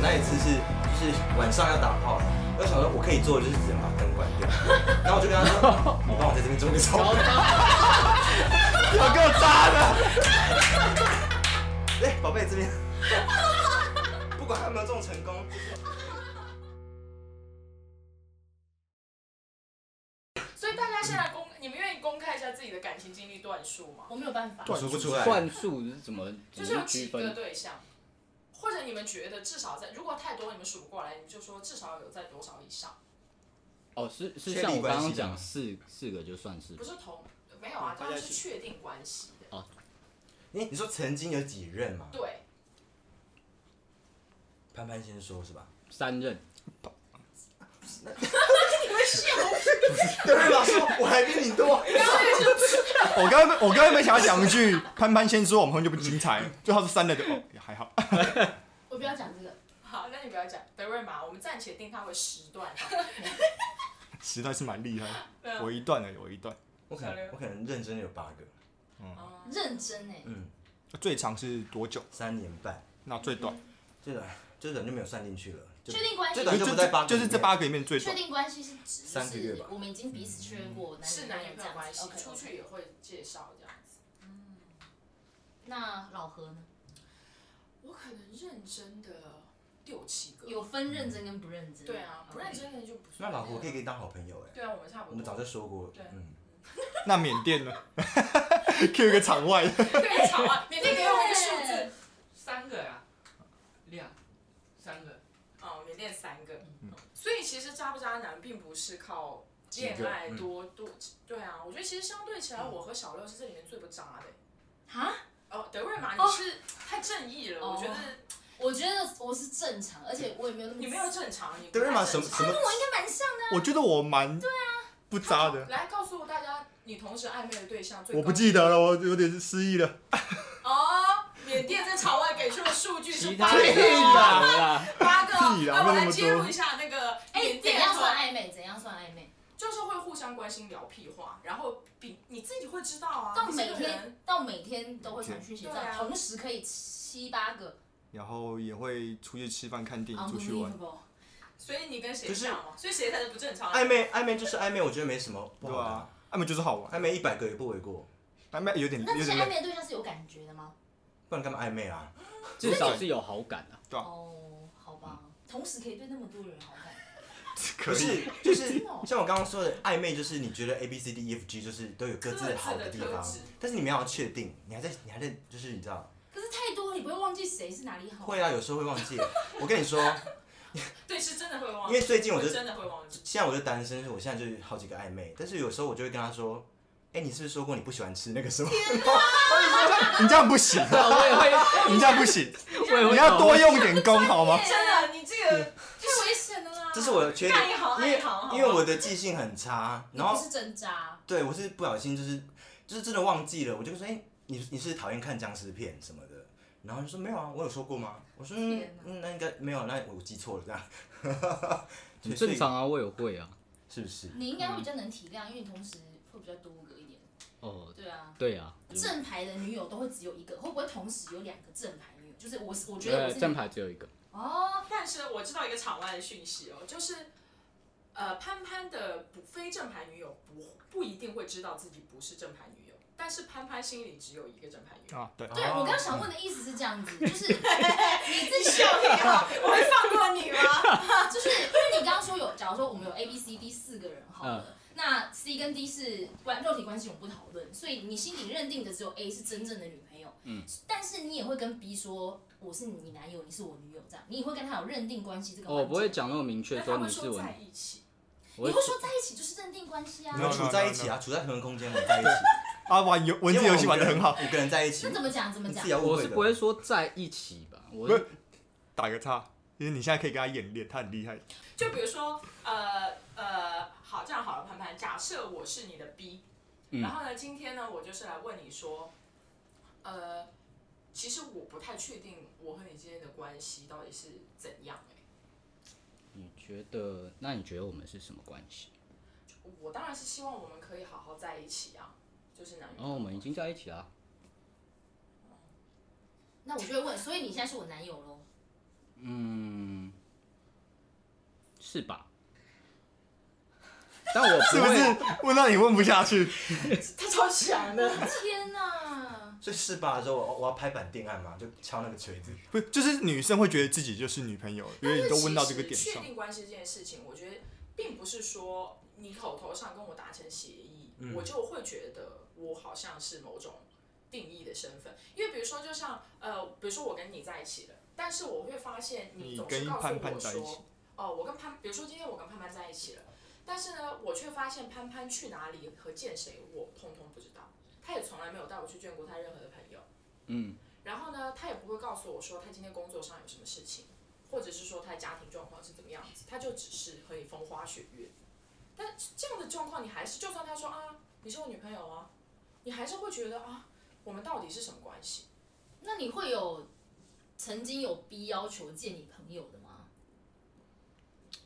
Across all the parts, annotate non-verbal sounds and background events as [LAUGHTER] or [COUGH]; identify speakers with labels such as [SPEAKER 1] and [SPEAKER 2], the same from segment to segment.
[SPEAKER 1] 那一次是就是晚上要打炮了，我想说我可以做的就是只能把灯关掉，然后我就跟他说，你帮我在这边做个 [LAUGHS] 操，
[SPEAKER 2] 有够渣的。
[SPEAKER 1] 哎，宝贝这边，不管他有没有中成功，
[SPEAKER 3] 所以大家现在公，你们愿意公开一下自己的感情经历段数吗？
[SPEAKER 4] 我没有办法。
[SPEAKER 1] 我说不出来，
[SPEAKER 2] 段数是怎么
[SPEAKER 3] 就
[SPEAKER 2] 怎
[SPEAKER 3] 是有
[SPEAKER 2] 么
[SPEAKER 3] 几
[SPEAKER 2] 区
[SPEAKER 3] 个
[SPEAKER 2] 分？
[SPEAKER 3] 对象，或者你们觉得至少在，如果太多你们数不过来，你们就说至少有在多少以上，
[SPEAKER 2] 哦，是是
[SPEAKER 1] 确立
[SPEAKER 2] 像我刚
[SPEAKER 1] 关
[SPEAKER 2] 刚
[SPEAKER 1] 系的吗
[SPEAKER 2] 讲四四个就算是
[SPEAKER 3] 不是同没有啊，
[SPEAKER 5] 大
[SPEAKER 3] 当
[SPEAKER 5] 家
[SPEAKER 3] 然是
[SPEAKER 5] 去
[SPEAKER 3] 确定关系的。
[SPEAKER 1] 哎你你说曾经有几任嘛？
[SPEAKER 3] 对， [LAUGHS]
[SPEAKER 1] 潘潘先说是吧？ [LAUGHS]
[SPEAKER 2] 三任，
[SPEAKER 1] 对，老师我还比你多，
[SPEAKER 5] 我刚刚我刚刚没想要讲一句，潘潘先说，我们后面就不精彩，就他说删了就哦也还好，
[SPEAKER 4] 我不要讲这个。
[SPEAKER 3] 好，那你不要讲德瑞玛，我们暂且定它为十段好了。
[SPEAKER 5] 实在是蛮厉害
[SPEAKER 3] 对啊。
[SPEAKER 5] 我一段了，我一段，
[SPEAKER 1] 我可能我可能认真有八个，
[SPEAKER 3] 嗯，
[SPEAKER 4] 认真哎、
[SPEAKER 1] 嗯，
[SPEAKER 5] 最长是多久？
[SPEAKER 1] 三年半，
[SPEAKER 5] 那最短？
[SPEAKER 1] 最短最短就没有算进去了，就
[SPEAKER 4] 确定关系
[SPEAKER 1] 这短
[SPEAKER 5] 就
[SPEAKER 1] 就不在八个
[SPEAKER 5] 就是这
[SPEAKER 1] 里面
[SPEAKER 5] 八个里面最
[SPEAKER 4] 确
[SPEAKER 5] 短。
[SPEAKER 4] 定关系是指
[SPEAKER 1] 三个月
[SPEAKER 4] 就是
[SPEAKER 1] 吧
[SPEAKER 4] 我们已经彼此确认过
[SPEAKER 3] 是
[SPEAKER 4] 男
[SPEAKER 3] 男女
[SPEAKER 4] 女
[SPEAKER 3] 朋友关系，
[SPEAKER 4] OK，
[SPEAKER 3] 出去也会介绍这样子。
[SPEAKER 4] 那老何呢？
[SPEAKER 3] 我可能认真的六七个，
[SPEAKER 4] 有分认真跟不认真。
[SPEAKER 3] 对啊，不认
[SPEAKER 4] OK。
[SPEAKER 3] 真的就不
[SPEAKER 1] 那
[SPEAKER 3] 算。
[SPEAKER 1] 老婆可以跟你当好朋友哎，
[SPEAKER 3] 对啊，我们差不多。
[SPEAKER 1] 我们早就说过，
[SPEAKER 3] 对
[SPEAKER 1] 嗯。
[SPEAKER 5] 那缅甸呢？Q 一个场外的，
[SPEAKER 3] 对吵啊，缅甸给我一个数
[SPEAKER 4] 对
[SPEAKER 3] 字。
[SPEAKER 6] 三个啊，两三个，嗯
[SPEAKER 3] 哦，缅甸三个，所以其实渣不渣男并不是靠恋爱多多，对啊，我觉得其实相对起来，我和小六是这里面最不渣的。
[SPEAKER 4] 啊，
[SPEAKER 3] 哦，德瑞玛，
[SPEAKER 4] 哦
[SPEAKER 3] 你是太正义了，我觉得
[SPEAKER 4] 哦 [LAUGHS] 我觉得我是正常，而且我也没有那么。
[SPEAKER 3] 你没有正常，你不
[SPEAKER 1] 德瑞玛
[SPEAKER 3] 太正
[SPEAKER 1] 什么
[SPEAKER 3] 常
[SPEAKER 1] 什么？
[SPEAKER 4] 我应该蛮像的啊。
[SPEAKER 5] 我觉得我蛮不渣的。
[SPEAKER 3] 来告诉大家，你同时暧昧的对象最
[SPEAKER 5] 我不
[SPEAKER 3] 高
[SPEAKER 5] 记得了，我有点失忆了。
[SPEAKER 3] 哦，缅甸在朝外给出的数据是
[SPEAKER 2] 其
[SPEAKER 3] 八
[SPEAKER 2] 他
[SPEAKER 3] 个
[SPEAKER 2] 的
[SPEAKER 5] 屁
[SPEAKER 2] 有
[SPEAKER 3] 哦，
[SPEAKER 2] 啦，
[SPEAKER 3] [LAUGHS] 八个哦。
[SPEAKER 5] 屁啦
[SPEAKER 3] 那我
[SPEAKER 5] 没那
[SPEAKER 3] 来
[SPEAKER 5] 么
[SPEAKER 3] 揭
[SPEAKER 5] 多
[SPEAKER 3] 露一下那个
[SPEAKER 4] 哎，
[SPEAKER 3] 缅
[SPEAKER 4] 怎
[SPEAKER 3] 甸
[SPEAKER 4] 样
[SPEAKER 3] 和
[SPEAKER 4] 算暧昧？怎样算暧昧？
[SPEAKER 3] 就是会互相关心聊屁话，然后比你自己会知道啊。
[SPEAKER 4] 到
[SPEAKER 3] 你这
[SPEAKER 4] 每
[SPEAKER 3] 个人
[SPEAKER 4] 天到每天都会传讯息，这
[SPEAKER 3] 对
[SPEAKER 4] 样
[SPEAKER 3] 啊
[SPEAKER 4] 同时可以七八个。
[SPEAKER 5] 然后也会出去吃饭、看电影、出去玩。
[SPEAKER 4] Unbelievable。
[SPEAKER 3] 所以你跟谁
[SPEAKER 1] 可是哎
[SPEAKER 3] 像嘛？所以谁才是不正常？
[SPEAKER 1] 暧昧暧昧就是暧昧，我觉得没什么不
[SPEAKER 5] 对
[SPEAKER 1] 好的
[SPEAKER 5] 啊
[SPEAKER 1] 啊，，
[SPEAKER 5] 暧昧就是好玩，
[SPEAKER 1] 暧昧一百个也不为过，
[SPEAKER 5] 暧昧有点
[SPEAKER 4] 那
[SPEAKER 5] 有
[SPEAKER 4] 这些
[SPEAKER 5] 点
[SPEAKER 4] 暧
[SPEAKER 5] 累。
[SPEAKER 4] 昧对象是有感觉的吗？
[SPEAKER 1] 不然干嘛暧昧啊？
[SPEAKER 2] 至少是有好感啊。
[SPEAKER 5] 啊
[SPEAKER 4] 哦，好吧，同时可以对那么多人好感。
[SPEAKER 5] 可
[SPEAKER 1] 不
[SPEAKER 5] 以，
[SPEAKER 1] 是，
[SPEAKER 3] [LAUGHS]
[SPEAKER 1] 就是
[SPEAKER 4] 真的哦
[SPEAKER 1] 像我刚刚说的，暧昧就是你觉得 A B C D E F G 就是都有各自好的地
[SPEAKER 3] 各自的
[SPEAKER 1] 方
[SPEAKER 3] 特质，
[SPEAKER 1] 但是你没有确定，你还在你还在就是你知道，
[SPEAKER 4] 可是太多了，你不会忘记谁是哪里好。
[SPEAKER 1] 会啊，有时候会忘记。 [LAUGHS] 我跟你说，
[SPEAKER 3] 对，是真的会忘
[SPEAKER 1] 因为
[SPEAKER 3] 记，
[SPEAKER 1] 最近我就
[SPEAKER 3] 会真的会忘记。
[SPEAKER 1] 现在我就单身，所以我现在就好几个暧昧，但是有时候我就会跟他说，哎，你是不是说过你不喜欢吃那个什么？
[SPEAKER 3] 啊
[SPEAKER 5] 你这样不行，
[SPEAKER 2] 我也会，
[SPEAKER 5] 你这样不行，
[SPEAKER 2] [LAUGHS] 我也会。
[SPEAKER 5] 你要多用点功好吗？
[SPEAKER 3] 真的，你这个
[SPEAKER 1] 嗯
[SPEAKER 4] 太危险了啦！
[SPEAKER 1] 这是我的缺点
[SPEAKER 3] 干一，行
[SPEAKER 1] 因
[SPEAKER 3] 爱一
[SPEAKER 1] 为
[SPEAKER 3] 行好吗
[SPEAKER 1] 因为我的记性很差，
[SPEAKER 4] 你
[SPEAKER 1] 然
[SPEAKER 4] 不
[SPEAKER 1] 后
[SPEAKER 4] 是真渣，
[SPEAKER 1] 对，我是不小心就是就是真的忘记了，我就说，哎、你你是讨厌看僵尸片什么的，然后就说没有啊，我有说过吗？我说嗯
[SPEAKER 4] 天哪
[SPEAKER 1] 嗯，那应该没有，那我记错了这
[SPEAKER 2] [LAUGHS]
[SPEAKER 1] 样，
[SPEAKER 2] 很正常啊，我也会啊。
[SPEAKER 1] 是不是？
[SPEAKER 4] 你应该会比较能体
[SPEAKER 1] 嗯
[SPEAKER 4] 谅，因为你同时会比较多个一点。
[SPEAKER 2] 哦，
[SPEAKER 4] 对啊，
[SPEAKER 2] 对啊，
[SPEAKER 1] 嗯
[SPEAKER 4] 正牌的女友都会只有一个，会不会同时有两个正牌女友？就是我是，我觉得我
[SPEAKER 2] 对，
[SPEAKER 4] 是
[SPEAKER 2] 正呃牌只有一个。
[SPEAKER 4] 哦，
[SPEAKER 3] [LAUGHS] 但是我知道一个场外的讯息哦，就是，呃，潘潘的不非正牌女友不不一定会知道自己不是正牌女友，但是潘潘心里只有一个正牌女友。
[SPEAKER 5] 啊，对，
[SPEAKER 4] 对我刚想问的意思是这样子，
[SPEAKER 1] [LAUGHS]
[SPEAKER 4] 就是你自己
[SPEAKER 3] 笑你
[SPEAKER 1] 哦
[SPEAKER 3] 啊！ [LAUGHS] 我会放过你吗？
[SPEAKER 4] 就是因为你刚刚说有，假如说我们有 A、B、C、D 四个人好了，
[SPEAKER 2] 嗯
[SPEAKER 4] 那 C 跟 D 是关肉体关系，我们不讨论，所以你心里认定的只有 A 是真正的女朋友，嗯，但是你也会跟 B 说我是你男友，你是我女友这样，你也会跟他有认定关系这个环节，
[SPEAKER 2] 哦我不会讲那么明确
[SPEAKER 3] 那
[SPEAKER 2] 说
[SPEAKER 3] 他
[SPEAKER 2] 你
[SPEAKER 3] 会
[SPEAKER 2] 是
[SPEAKER 3] 说
[SPEAKER 2] 我，
[SPEAKER 3] 在一起，
[SPEAKER 2] 我
[SPEAKER 4] 你
[SPEAKER 2] 会
[SPEAKER 4] 会说在一起就是认定关系啊
[SPEAKER 1] 你，们
[SPEAKER 5] No, no,
[SPEAKER 1] 处在一起啊，处在同一个空间，我们在一起。
[SPEAKER 2] [LAUGHS]
[SPEAKER 5] 啊玩游文字游戏玩的很好，
[SPEAKER 1] 今天我们五个人在一起
[SPEAKER 4] 啊那，怎么讲？怎么
[SPEAKER 1] 你
[SPEAKER 4] 讲
[SPEAKER 1] 自己？要误
[SPEAKER 2] 我
[SPEAKER 1] 会
[SPEAKER 2] 是
[SPEAKER 1] 的
[SPEAKER 2] 不。会说在一起吧，我
[SPEAKER 5] 不是打个叉，因为你现在可以跟他演练，他很厉害。
[SPEAKER 3] 就比如说，呃呃，好，这样好了，潘潘，假设我是你的 B，
[SPEAKER 2] 嗯
[SPEAKER 3] 然后呢，今天呢，我就是来问你说，呃，其实我不太确定我和你之间的关系到底是怎样、欸、
[SPEAKER 2] 你觉得？那你觉得我们是什么关系？
[SPEAKER 3] 我当然是希望我们可以好好在一起啊，就是男女。
[SPEAKER 2] 哦，我们已经在一起了啊。
[SPEAKER 4] 那我就会问，所以你现在是我男友喽？
[SPEAKER 2] 嗯，是吧？ [LAUGHS] 但我
[SPEAKER 5] 是
[SPEAKER 2] 不
[SPEAKER 5] 不
[SPEAKER 2] 会，
[SPEAKER 5] 是问到你问不下 [LAUGHS] 去？
[SPEAKER 3] [LAUGHS] 他超强的，
[SPEAKER 4] 天哪！
[SPEAKER 1] 所以是吧？之后我我要拍板定案嘛，就敲那个锤子。
[SPEAKER 5] 不，就是女生会觉得自己就是女朋友，因为 [LAUGHS] 你都问到这个点
[SPEAKER 3] 确
[SPEAKER 5] 上。
[SPEAKER 3] 定关系这件事情，我觉得并不是说你口头上跟我达成协议，
[SPEAKER 1] 嗯
[SPEAKER 3] 我就会觉得我好像是某种定义的身份。因为比如说，就像呃，比如说我跟你在一起了，但是我会发现
[SPEAKER 5] 你
[SPEAKER 3] 总
[SPEAKER 5] 跟
[SPEAKER 3] 是告诉
[SPEAKER 5] 潘潘
[SPEAKER 3] 我
[SPEAKER 5] 在一起
[SPEAKER 3] 说，哦、我跟潘，比如说今天我跟潘潘在一起了，但是呢，我却发现潘潘去哪里和见谁，我通通不知道。他也从来没有带我去见过他任何的朋友。
[SPEAKER 2] 嗯，
[SPEAKER 3] 然后呢，他也不会告诉我说他今天工作上有什么事情，或者是说他的家庭状况是怎么样子，他就只是和你风花雪月。但这样的状况，你还是就算他说啊，你是我女朋友啊，你还是会觉得啊，我们到底是什么关系？
[SPEAKER 4] 那你会有曾经有逼要求见你朋友的吗？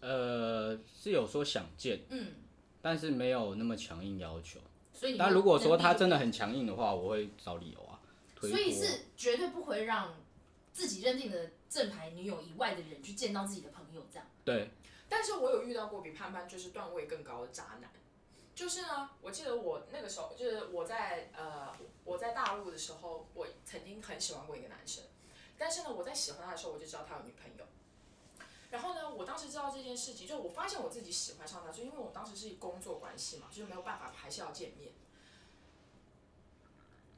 [SPEAKER 2] 呃，是有说想见，
[SPEAKER 4] 嗯，
[SPEAKER 2] 但是没有那么强硬要求。
[SPEAKER 4] 所以你
[SPEAKER 2] 但如果说他真
[SPEAKER 4] 的，
[SPEAKER 2] 的很强硬的话，我会找理由啊，推
[SPEAKER 4] 所以
[SPEAKER 2] 脱
[SPEAKER 4] 是绝对不会让自己认定的正牌女友以外的人去见到自己的朋友，这样
[SPEAKER 2] 对，
[SPEAKER 3] 但是我有遇到过比潘潘就是段位更高的渣男，就是呢，我记得我那个时候就是我在呃我在大陆的时候，我曾经很喜欢过一个男生，但是呢，我在喜欢他的时候，我就知道他有女朋友。然后呢，我当时知道这件事情，就我发现我自己喜欢上他，就因为我当时是工作关系嘛，就是没有办法，还是要见面。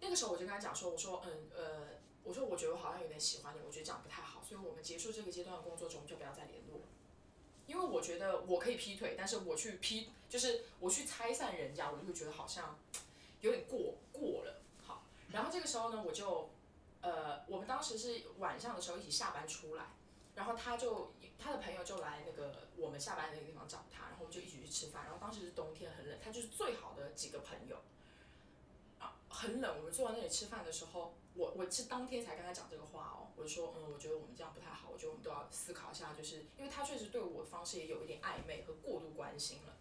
[SPEAKER 3] 那个时候我就跟他讲说，我说，嗯，呃，我说我觉得我好像有点喜欢你，我觉得这样不太好，所以我们结束这个阶段的工作，中就不要再联络了。因为我觉得我可以劈腿，但是我去劈，就是我去拆散人家，我就会觉得好像有点过过了。好，然后这个时候呢，我就，呃，我们当时是晚上的时候一起下班出来，然后他就他的朋友就来那个我们下班的那个地方找他，然后我们就一起去吃饭。然后当时是冬天，很冷，他就是最好的几个朋友。啊，很冷，我们坐在那里吃饭的时候，我我是当天才跟他讲这个话哦，我就说，嗯，我觉得我们这样不太好，我觉得我们都要思考一下，就是因为他确实对我的方式也有一点暧昧和过度关心了。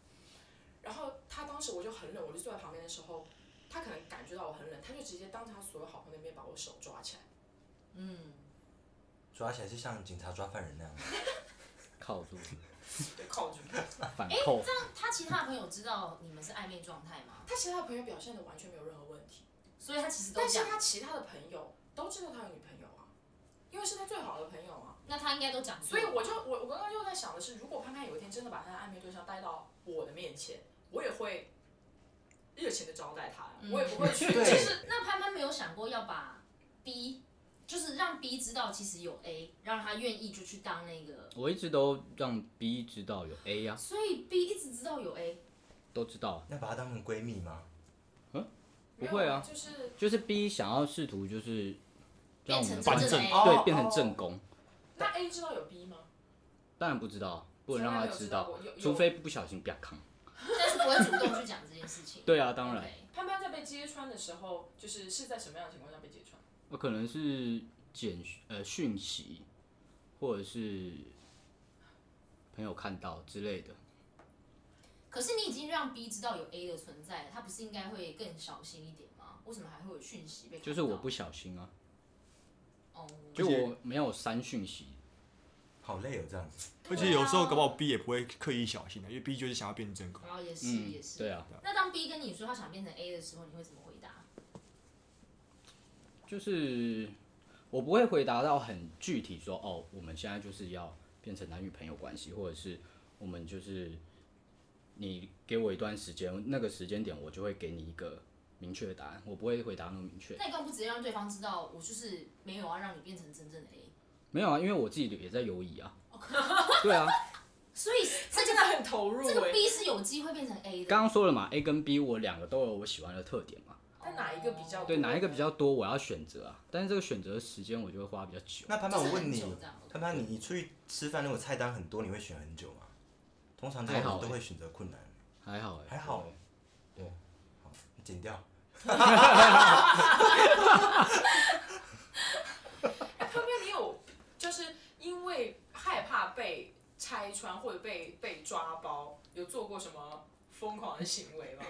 [SPEAKER 3] 然后他当时我就很冷，我就坐在旁边的时候，他可能感觉到我很冷，他就直接当着他所有好朋友的面把我手抓起来，
[SPEAKER 4] 嗯，
[SPEAKER 1] 抓起来是像警察抓犯人那样，
[SPEAKER 2] 靠住
[SPEAKER 3] 对，靠住他。
[SPEAKER 2] 反扣，
[SPEAKER 4] 他其他的朋友知道你们是暧昧状态吗？
[SPEAKER 3] 他其他的朋友表现的完全没有任何问题，
[SPEAKER 4] 所以他其实都
[SPEAKER 3] 但是
[SPEAKER 4] 讲，
[SPEAKER 3] 他其他的朋友都知道他有女朋友啊，因为是他最好的朋友啊。
[SPEAKER 4] 那他应该都讲过，
[SPEAKER 3] 所以
[SPEAKER 4] [LAUGHS]
[SPEAKER 3] 我就我我刚刚就在想的是，如果潘潘有一天真的把他的暧昧对象带到我的面前，我也会热情的招待他，
[SPEAKER 4] 嗯
[SPEAKER 3] 我也不会 [LAUGHS] 去
[SPEAKER 1] 对
[SPEAKER 3] 就是
[SPEAKER 4] 那潘潘没有想过要把 B，就是让 B 知道其实有 A，让他愿意就去当那个，
[SPEAKER 2] 我一直都让 B 知道有 A 呀、
[SPEAKER 4] 所以 B 一直知道有 A，
[SPEAKER 2] 都知道啊，
[SPEAKER 1] 那把她当成闺蜜吗？
[SPEAKER 2] 不会啊
[SPEAKER 3] 没有就是
[SPEAKER 2] 就是 B 想要试图就是让我们
[SPEAKER 4] 变
[SPEAKER 5] 成
[SPEAKER 4] 真正
[SPEAKER 5] 正
[SPEAKER 4] 的 A，
[SPEAKER 1] 哦
[SPEAKER 2] 对变成正宫，
[SPEAKER 3] 那 A 知道有 B 吗？
[SPEAKER 2] 当然不知道，不能让他知道
[SPEAKER 3] 从来没有知道过有，有
[SPEAKER 2] 除非不小心被他扛。
[SPEAKER 4] 但是不会主动去讲这件事情。
[SPEAKER 2] 对啊， [LAUGHS] 当然，
[SPEAKER 4] OK
[SPEAKER 3] 潘潘在被揭穿的时候，就是是在什么样的情况下被揭穿？
[SPEAKER 2] 我呃可能是简讯呃讯息，或者是朋友看到之类的。
[SPEAKER 4] 可是你已经让 B 知道有 A 的存在了，他不是应该会更小心一点吗？为什么还会有讯息被看到？
[SPEAKER 2] 就是我不小心啊，
[SPEAKER 4] 哦，
[SPEAKER 2] 就我没有删讯息，
[SPEAKER 1] 好累哦，这样子。
[SPEAKER 5] 而且有时候搞不好 B 也不会刻意小心的，因为 B 就是想要变正宫。
[SPEAKER 4] 啊然后也是、
[SPEAKER 2] 嗯
[SPEAKER 4] 也，是。
[SPEAKER 2] 对啊，
[SPEAKER 4] 那当 B 跟你说他想变成 A 的时候，你会怎么回答？
[SPEAKER 2] 就是我不会回答到很具体说哦，我们现在就是要变成男女朋友关系，或者是我们就是你给我一段时间，那个时间点我就会给你一个明确的答案，我不会回答那么明确。
[SPEAKER 4] 那你干嘛不直接让对方知道我就是没有要让你变成真正的 A？
[SPEAKER 2] 没有啊，因为我自己也在
[SPEAKER 4] [LAUGHS]
[SPEAKER 2] 犹疑啊。对啊，
[SPEAKER 4] 所以
[SPEAKER 3] 他
[SPEAKER 4] 这
[SPEAKER 3] 真
[SPEAKER 4] 个
[SPEAKER 3] 的很投入
[SPEAKER 4] 这个
[SPEAKER 3] 哎、
[SPEAKER 4] B 是有机会变成 A 的。
[SPEAKER 2] 刚刚说了嘛，A 跟 B 我两个都有我喜欢的特点嘛，
[SPEAKER 4] 哦
[SPEAKER 3] 但哪一个比较
[SPEAKER 2] 对，哪一个比较多我要选择啊，但是这个选择的时间我就会花比较久。
[SPEAKER 1] 那潘潘，我问
[SPEAKER 4] 就是很
[SPEAKER 1] 你
[SPEAKER 4] 久这样，
[SPEAKER 1] 潘潘，你出去吃饭，如果菜单很多，你会选很久吗？通常这
[SPEAKER 2] 还
[SPEAKER 1] 种
[SPEAKER 2] 好
[SPEAKER 1] 人都
[SPEAKER 2] 欸
[SPEAKER 1] 会选择困难，
[SPEAKER 2] 还好哎、
[SPEAKER 1] 还好欸剪掉。
[SPEAKER 3] 潘潘，你有就是因为害怕被拆穿或者被被抓包，有做过什么疯狂的行为吗？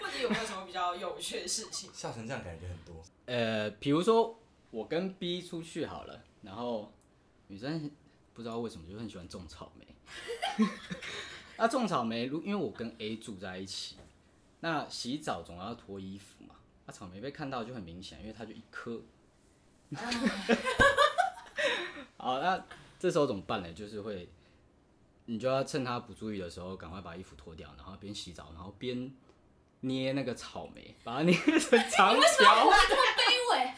[SPEAKER 3] 或者有没有什么比较有趣的事情？
[SPEAKER 1] 笑成这样感觉很多，
[SPEAKER 2] 呃，比如说我跟 B 出去好了，然后女生不知道为什么就很喜欢种草莓。 [LAUGHS] 那、种草莓，如因为我跟 A 住在一起，那洗澡总要脱衣服嘛，那、草莓被看到就很明显，因为它就一颗。 [LAUGHS] 好，那这时候怎么办呢？就是会，你就要趁他不注意的时候，赶快把衣服脱掉，然后边洗澡，然后边捏那个草莓，把它捏成长条。
[SPEAKER 4] 卑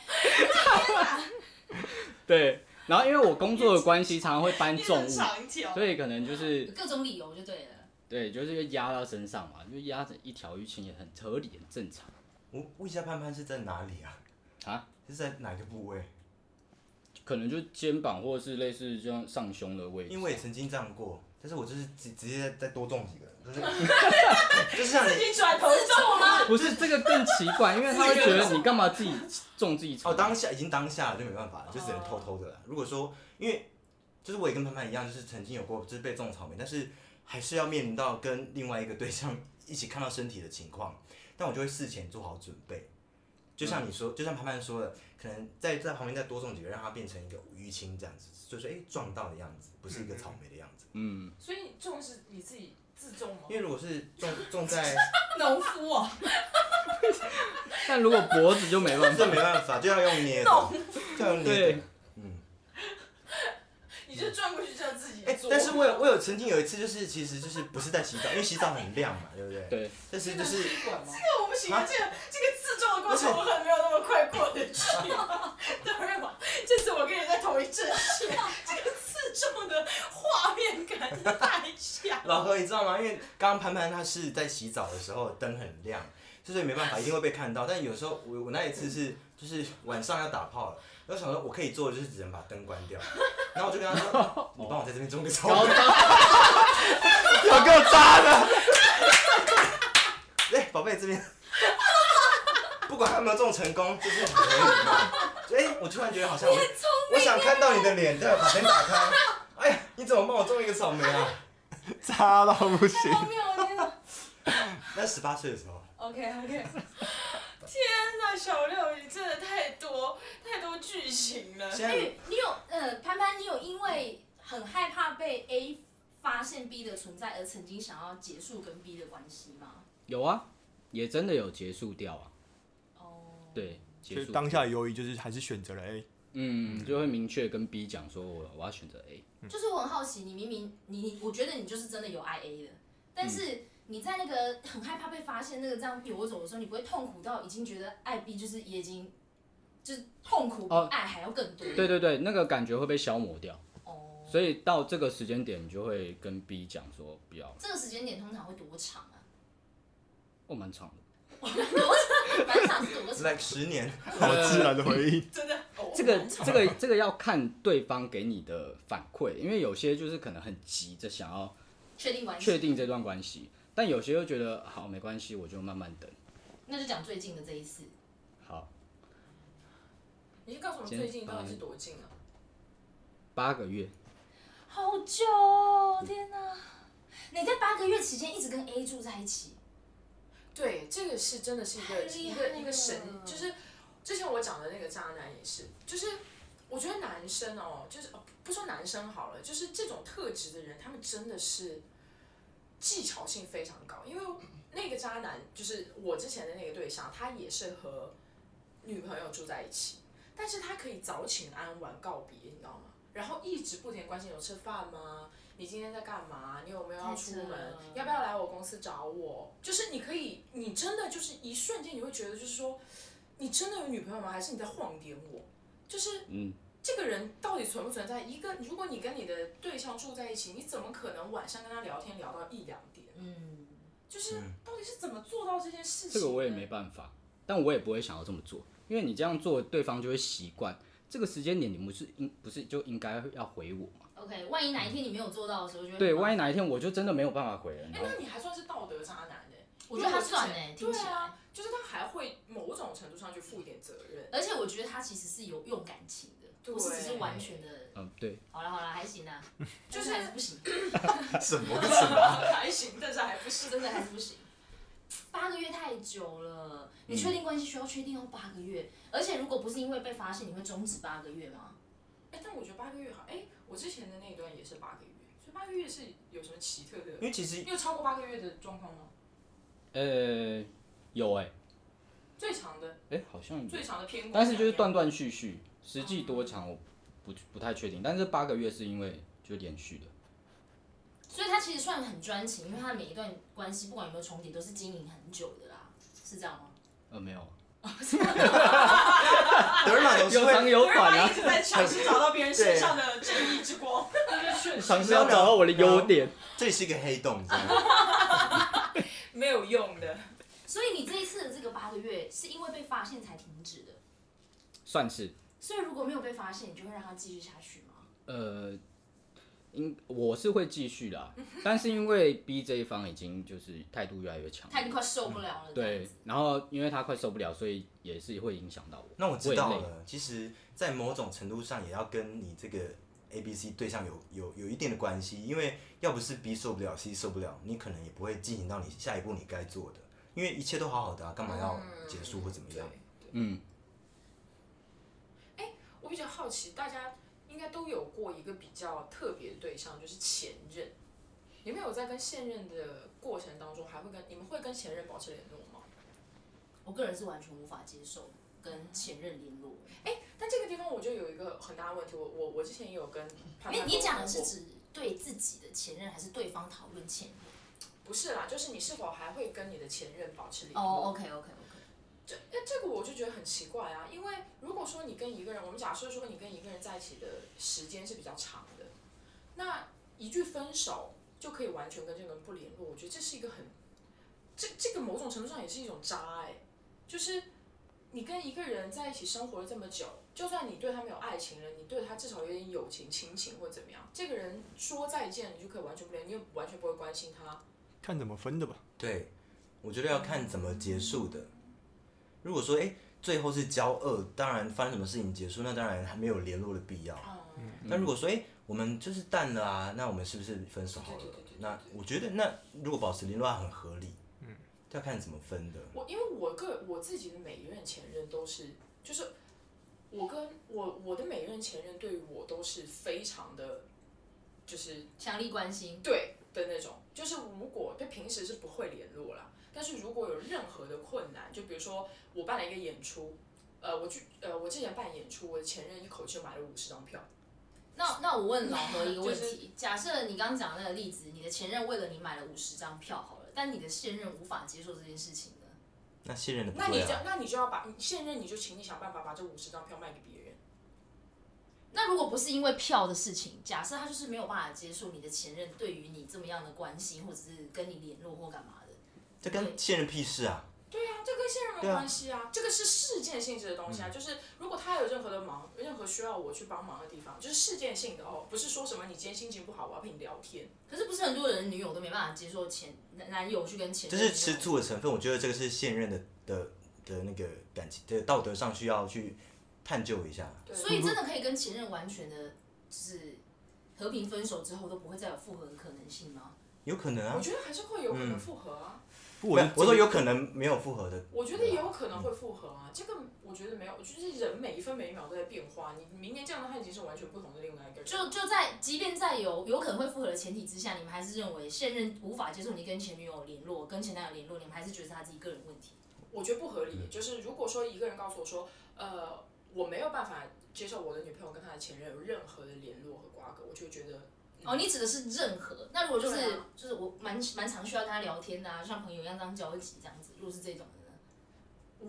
[SPEAKER 4] 微，
[SPEAKER 2] 对，然后因为我工作的关系，常常会搬重物，
[SPEAKER 3] 长条，
[SPEAKER 2] 所以可能就是
[SPEAKER 4] 有各种理由就对了。
[SPEAKER 2] 对，就是压到身上嘛，就压着一条淤青也很合理，很正常
[SPEAKER 1] 我问一下潘潘是在哪里啊？
[SPEAKER 2] 啊。
[SPEAKER 1] 是在哪个部位？
[SPEAKER 2] 可能就肩膀或者是类似这样上胸的位置，
[SPEAKER 1] 因为我也曾经这样过，但是我就是直直接再多种几个，就是
[SPEAKER 4] [LAUGHS]
[SPEAKER 1] 就是像你
[SPEAKER 3] 你转头中吗？
[SPEAKER 2] 不是这个更奇怪，因为他会觉得你干嘛自己种自己草
[SPEAKER 1] 哦，当下已经当下了就没办法了，就只能
[SPEAKER 3] 哦
[SPEAKER 1] 偷偷的了。如果说因为就是我也跟潘潘一样，就是曾经有过就是被种草莓，但是还是要面临到跟另外一个对象一起看到身体的情况，但我就会事前做好准备。就像你说，就像潘潘说的，可能在在旁边再多种几个，让它变成一个淤青这样子，就是哎、撞到的样子，不是一个草莓的样子。
[SPEAKER 2] 嗯，
[SPEAKER 3] 所以中是你自己自重吗
[SPEAKER 1] 因？为如果是种种在，
[SPEAKER 3] [LAUGHS] 农夫哦，
[SPEAKER 2] 但如果脖子就没办
[SPEAKER 1] 这
[SPEAKER 2] 法，
[SPEAKER 1] 没办法，就要用捏的，就要用捏
[SPEAKER 2] 对
[SPEAKER 1] 的。，嗯。
[SPEAKER 3] 你就转过去这样自己
[SPEAKER 1] 哎、
[SPEAKER 3] 做。
[SPEAKER 1] 但是我有我有曾经有一次，就是其实就是不是在洗澡，因为洗澡很亮嘛，对不对？
[SPEAKER 2] 对。
[SPEAKER 1] 但是就是
[SPEAKER 3] 这
[SPEAKER 4] [LAUGHS]
[SPEAKER 3] 个我不行啊
[SPEAKER 1] 啊，
[SPEAKER 3] 这个这个自重的过程我可能没有那么快过得去。 [LAUGHS] 当然了，这次我跟你在同一阵线，这个自重的画面感真的太强。
[SPEAKER 1] [LAUGHS] 老何，你知道吗？因为刚刚潘潘他是在洗澡的时候灯很亮，所以没办法，一定会被看到。但有时候我我那一次是就是晚上要打炮了，我想说我可以做的就是只能把灯关掉，然后我就跟他说，你帮我在这边种个草
[SPEAKER 2] 高
[SPEAKER 1] 莓，
[SPEAKER 2] 招，
[SPEAKER 1] [LAUGHS]
[SPEAKER 5] 有够渣的，
[SPEAKER 1] 哎，宝贝这边，不管他有没有种成功，就是很合理嘛。所以哎、我突然觉得好像我我想看到你的脸，对，把灯打开。哎呀，你怎么帮我种一个草莓啊？
[SPEAKER 5] [LAUGHS] 渣到不行。
[SPEAKER 4] 荒谬，啊天哪
[SPEAKER 3] [LAUGHS]
[SPEAKER 1] 那十八岁的时候，啊
[SPEAKER 3] OK OK，天哪，小六你真的太多太多剧情了。
[SPEAKER 1] 现
[SPEAKER 4] [LAUGHS] 哎、
[SPEAKER 1] 在
[SPEAKER 4] 你有呃，潘潘，你有因为很害怕被 A 发现 B 的存在而曾经想要结束跟 B 的关系吗？
[SPEAKER 2] 有啊，也真的有结束掉啊，
[SPEAKER 4] 哦，
[SPEAKER 2] 对，结
[SPEAKER 5] 就是
[SPEAKER 2] 束
[SPEAKER 5] 当下由于就是还是选择了哎 A，
[SPEAKER 2] 嗯，就会明确跟 B 讲说我我要选择 A，
[SPEAKER 4] 就是我很好奇，你明明你你，我觉得你就是真的有 I A 的，但
[SPEAKER 2] 嗯
[SPEAKER 4] 是你在那个很害怕被发现那个这样游走的时候，你不会痛苦到已经觉得爱 B 就是也已经就是痛苦比
[SPEAKER 2] 哦
[SPEAKER 4] 爱还要更多？
[SPEAKER 2] 对对对，那个感觉会被消磨掉，
[SPEAKER 4] 哦，
[SPEAKER 2] 所以到这个时间点，你就会跟 B 讲说不要，
[SPEAKER 4] 这个时间点通常会多长啊？
[SPEAKER 2] 哦，蛮长的。
[SPEAKER 4] 满场是多长？
[SPEAKER 1] like 十年，
[SPEAKER 5] 哎好自然的回 [LAUGHS] 应。
[SPEAKER 3] 真的，哦
[SPEAKER 2] 这个这个这个要看对方给你的反馈，因为有些就是可能很急着想要
[SPEAKER 4] 确定关系？
[SPEAKER 2] 确定这段关系，但有些又觉得好没关系，我就慢慢等。
[SPEAKER 4] 那就讲最近的这一次。
[SPEAKER 2] 好，
[SPEAKER 3] 你就告诉我们最近到底是多近啊？
[SPEAKER 2] 八个月，
[SPEAKER 4] 好久哦，天哪！你在八个月期间一直跟 A 住在一起，
[SPEAKER 3] 对，这个是真的是一个
[SPEAKER 4] 太厉
[SPEAKER 3] 一
[SPEAKER 4] 害
[SPEAKER 3] 个一个神
[SPEAKER 4] 了，
[SPEAKER 3] 就是之前我讲的那个渣男也是，就是我觉得男生哦，就是哦不说男生好了，就是这种特质的人，他们真的是技巧性非常高，因为那个渣男就是我之前的那个对象，他也是和女朋友住在一起，但是他可以早请安晚告别，你知道吗？然后一直不停地关心有吃饭吗？你今天在干嘛？你有没有要出
[SPEAKER 4] 太扯
[SPEAKER 3] 门
[SPEAKER 4] 了？
[SPEAKER 3] 要不要来我公司找我？就是你可以，你真的就是一瞬间你会觉得就是说，你真的有女朋友吗？还是你在晃点我？就是
[SPEAKER 2] 嗯，
[SPEAKER 3] 这个人到底存不存在？一个，如果你跟你的对象住在一起，你怎么可能晚上跟他聊天聊到一两点？
[SPEAKER 4] 嗯，
[SPEAKER 3] 就是
[SPEAKER 1] 嗯
[SPEAKER 3] 到底是怎么做到这件事情？
[SPEAKER 2] 这个我也没。办法，但我也不会想要这么做，因为你这样做，对方就会习惯。这个时间点，你不是应不是就应该要回我吗？
[SPEAKER 4] OK，万一哪一天你没有做到的时候，就会
[SPEAKER 2] 对，万
[SPEAKER 4] 一
[SPEAKER 2] 一哪一天我就真的没有办法回了，你
[SPEAKER 3] 哎、
[SPEAKER 2] 知道吗
[SPEAKER 3] 那你还算是道德渣男欸呢、
[SPEAKER 4] 我觉得他算呢、欸
[SPEAKER 3] 哎，
[SPEAKER 4] 听
[SPEAKER 3] 对
[SPEAKER 4] 起来、
[SPEAKER 3] 啊，就是他还会某种程度上去负一点责
[SPEAKER 4] [LAUGHS]
[SPEAKER 3] 任。
[SPEAKER 4] 而且我觉得他其实是有用感情的，
[SPEAKER 3] 对
[SPEAKER 4] 不是只是完全的。
[SPEAKER 2] 嗯，对，
[SPEAKER 4] 好了好了，还行啊，
[SPEAKER 3] 就是
[SPEAKER 4] 但还是
[SPEAKER 3] [LAUGHS]
[SPEAKER 4] 不行，
[SPEAKER 1] 什么跟什么？
[SPEAKER 3] 还行，但是还不是。
[SPEAKER 4] 真的还是不行。八个月太久了，你哦确定关系需要确定要八个月，而且如果不是因为被发现，你会终止八个月吗？
[SPEAKER 3] 哎、但我觉得八个月好，哎、我之前的那一段也是八个月，所以八个月是有什么奇特的？
[SPEAKER 1] 因为其实
[SPEAKER 3] 你有超过八个月的状况吗？
[SPEAKER 2] 呃，有哎、
[SPEAKER 3] 最长的，
[SPEAKER 2] 哎、好像有，
[SPEAKER 3] 最长的偏过
[SPEAKER 2] 但是就是
[SPEAKER 3] 两年
[SPEAKER 2] 断断续续，实际多长我不不太确定，但是八个月是因为就连续的，
[SPEAKER 4] 所以他其实算很专情，因为他每一段关系不管有没有重叠，都是经营很久的啦，是这样吗？
[SPEAKER 2] 呃，没有，
[SPEAKER 1] 德尔玛总是
[SPEAKER 2] 有长
[SPEAKER 1] 会，
[SPEAKER 2] 有
[SPEAKER 3] 我妈
[SPEAKER 2] 短啊
[SPEAKER 3] 一，直在尝试找到别人身上的正义之光。
[SPEAKER 2] 尝试要找到我的优点。
[SPEAKER 1] 这里是一个黑洞，你知道吗？
[SPEAKER 3] 没有用的。
[SPEAKER 4] 所以你这一次的这个八个月是因为被发现才停止的，
[SPEAKER 2] 算是，
[SPEAKER 4] 所以如果没有被发现，你就会让他继续下去吗？
[SPEAKER 2] 呃，应我是会继续 [LAUGHS] 啦，但是因为 B 这一方已经就是态度越来越强，
[SPEAKER 4] 他已经快受不了了。这样
[SPEAKER 2] 嗯对
[SPEAKER 4] 子，
[SPEAKER 2] 然后因为他快受不了，所以也是会影响到我。
[SPEAKER 1] 那我知道
[SPEAKER 2] 也累，
[SPEAKER 1] 了，其实，在某种程度上也要跟你这个 A B C 对象有有有一定的关系，因为要不是 B 受不了，C 受不了，你可能也不会进行到你下一步你该做的，因为一切都好好的啊，干嘛要结束或怎么样？
[SPEAKER 2] 嗯，
[SPEAKER 3] 哎我比较好奇，大家应该都有过一个比较特别的对象，就是前任。你们有在跟现任的过程当中，还会跟你们会跟前任保持联络吗？
[SPEAKER 4] 我个人是完全无法接受跟前任联络。
[SPEAKER 3] 但这个地方我就有一个很大的问题，我我我之前也有跟潘潘
[SPEAKER 4] 你
[SPEAKER 3] 沟
[SPEAKER 4] 你
[SPEAKER 3] 通
[SPEAKER 4] 讲的是
[SPEAKER 3] 过
[SPEAKER 4] 指对自己的前任，还是对方讨论前任？
[SPEAKER 3] 不是啦，就是你是否还会跟你的前任保持联络？
[SPEAKER 4] 哦，OK，OK，OK、o k OK OK，
[SPEAKER 3] 这那这个我就觉得很奇怪啊，因为如果说你跟一个人，我们假设说你跟一个人在一起的时间是比较长的，那一句分手就可以完全跟这个人不联络，我觉得这是一个很，这这个某种程度上也是一种渣哎、就是你跟一个人在一起生活了这么久，就算你对他没有爱情了，你对他至少有点友情、亲情或怎么样，这个人说再见你就可以完全不联，你也完全不会关心他，
[SPEAKER 5] 看怎么分的吧。
[SPEAKER 1] 对，我觉得要看怎么结束的。如果说哎、诶最后是交恶，当然发生什么事情结束，那当然还没有联络的必要。
[SPEAKER 3] 嗯，
[SPEAKER 1] 但如果说哎、诶我们就是淡了啊，那我们是不是分手好了
[SPEAKER 3] 对对对对对？
[SPEAKER 1] 那我觉得那如果保持联络很合理，嗯，要看怎么分的。
[SPEAKER 3] 我因为我个我自己的每一任前任都是，就是我跟我我的每一任前任对于我都是非常的，就是
[SPEAKER 4] 强力关心。
[SPEAKER 3] 对的那种。就是如果就平时是不会联络啦，但是如果有任何的困难，就比如说我办了一个演出，呃，我去呃我之前办演出，我的前任一口气就买了五十张票，
[SPEAKER 4] 那那我问老
[SPEAKER 3] [LAUGHS]
[SPEAKER 4] 何一个问题：
[SPEAKER 3] 就是
[SPEAKER 4] 假设你刚刚讲的那个例子，你的前任为了你买了五十张票好了，但你的现任无法接受这件事情呢？
[SPEAKER 1] 那信任的不
[SPEAKER 3] 那你
[SPEAKER 1] 对
[SPEAKER 3] 就
[SPEAKER 1] 啊，
[SPEAKER 3] 那你就要把你现任你就请你想办法把这五十张票卖给别人。
[SPEAKER 4] 那如果不是因为票的事情，假设他就是没有办法接受你的前任对于你这么样的关心，或者是跟你联络或干嘛的，
[SPEAKER 1] 这跟信任屁事啊！
[SPEAKER 3] 对啊，这跟现任没
[SPEAKER 1] 对
[SPEAKER 3] 有
[SPEAKER 1] 啊
[SPEAKER 3] 关系啊，这个是事件性质的东西啊。就是如果他有任何的忙，任何需要我去帮忙的地方，就是事件性的哦，不是说什么你今天心情不好，我要陪你聊天。
[SPEAKER 4] 可是不是很多人女友都没办法接受前男男友去跟前
[SPEAKER 1] 这
[SPEAKER 4] 任
[SPEAKER 1] 是吃醋的成分，我觉得这个是现任的的的那个感情的道德上需要去探究一下。
[SPEAKER 3] 对，
[SPEAKER 4] 所以真的可以跟前任完全的，就是和平分手之后都不会再有复合的可能性吗？
[SPEAKER 1] 有可能
[SPEAKER 3] 我
[SPEAKER 1] 啊，
[SPEAKER 3] 觉得还是会有可能复合啊，
[SPEAKER 5] 不
[SPEAKER 1] 我
[SPEAKER 5] 我是
[SPEAKER 1] 我说有可能没有复合的，
[SPEAKER 3] 我觉得也有可能会复合啊。这个我觉得没有，就是人每一分每一秒都在变化，你明年见到他已经是完全不同的另外一个人。
[SPEAKER 4] 就就在即便在有有可能会复合的前提之下，你们还是认为现任无法接受你跟前女友联络、跟前男友联络，你们还是觉得是他自己个人问题。
[SPEAKER 3] 我觉得不合理。就是如果说一个人告诉我说，呃，我没有办法接受我的女朋友跟她的前任有任何的联络和瓜葛，我就会觉得
[SPEAKER 4] 哦，你指的是任何？那如果就是、
[SPEAKER 3] 对啊
[SPEAKER 4] 就是我蛮蛮常需要跟他聊天的、啊，像朋友一样当交集这样子。如果是这种的呢？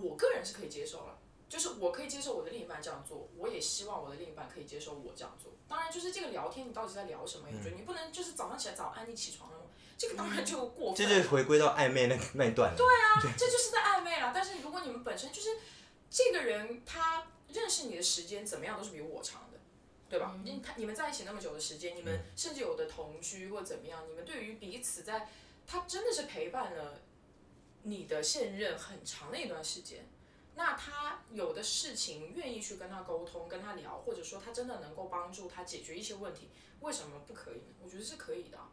[SPEAKER 3] 我个人是可以接受了，就是我可以接受我的另一半这样做，我也希望我的另一半可以接受我这样做。当然，就是这个聊天你到底在聊什么？我觉
[SPEAKER 1] 嗯
[SPEAKER 3] 得你不能就是早上起来早安，你起床了吗，这个当然就过
[SPEAKER 1] 这
[SPEAKER 3] 分了，
[SPEAKER 1] 就是回归到暧昧那那一段了。
[SPEAKER 3] 这就是在暧昧了。但是如果你们本身就是这个人，他认识你的时间怎么样都是比我长的。对吧？你他你们在一起那么久的时间，你们
[SPEAKER 1] 嗯
[SPEAKER 3] 甚至有的同居或怎么样，你们对于彼此在，他真的是陪伴了你的现任很长的一段时间。那他有的事情愿意去跟他沟通、跟他聊，或者说他真的能够帮助他解决一些问题，为什么不可以呢？我觉得是可以的啊、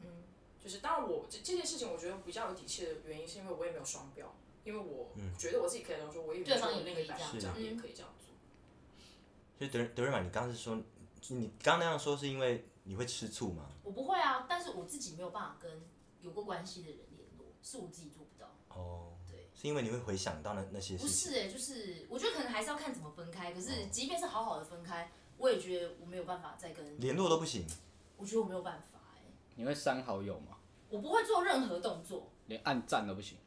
[SPEAKER 4] 嗯，
[SPEAKER 3] 就是当然我这这件事情，我觉得比较有底气的原因，是因为我也没有双标，
[SPEAKER 1] 嗯
[SPEAKER 3] 因为我觉得我自己可以这样做，我也没有
[SPEAKER 4] 对方
[SPEAKER 3] 说我
[SPEAKER 4] 也
[SPEAKER 3] 另
[SPEAKER 4] 可以
[SPEAKER 3] 一半
[SPEAKER 4] 这
[SPEAKER 3] 是
[SPEAKER 4] 样
[SPEAKER 3] 这样，
[SPEAKER 4] 嗯
[SPEAKER 3] 也可以这样做。
[SPEAKER 1] 所以德德瑞玛，你刚刚是说你刚刚那样说是因为你会吃醋吗？
[SPEAKER 4] 我不会啊，但是我自己没有办法跟有过关系的人联络，是我自己做不到。
[SPEAKER 1] 哦，
[SPEAKER 4] 对，
[SPEAKER 1] 是因为你会回想到那那些
[SPEAKER 4] 不
[SPEAKER 1] 事情。
[SPEAKER 4] 是哎、就是我觉得可能还是要看怎么分开。可是即便是好好的分开，我也觉得我没有办法再跟，
[SPEAKER 1] 联络都不行，
[SPEAKER 4] 我觉得我没有办法哎、
[SPEAKER 2] 你会删好友吗？
[SPEAKER 4] 我不会做任何动作。
[SPEAKER 2] 连按赞都不行？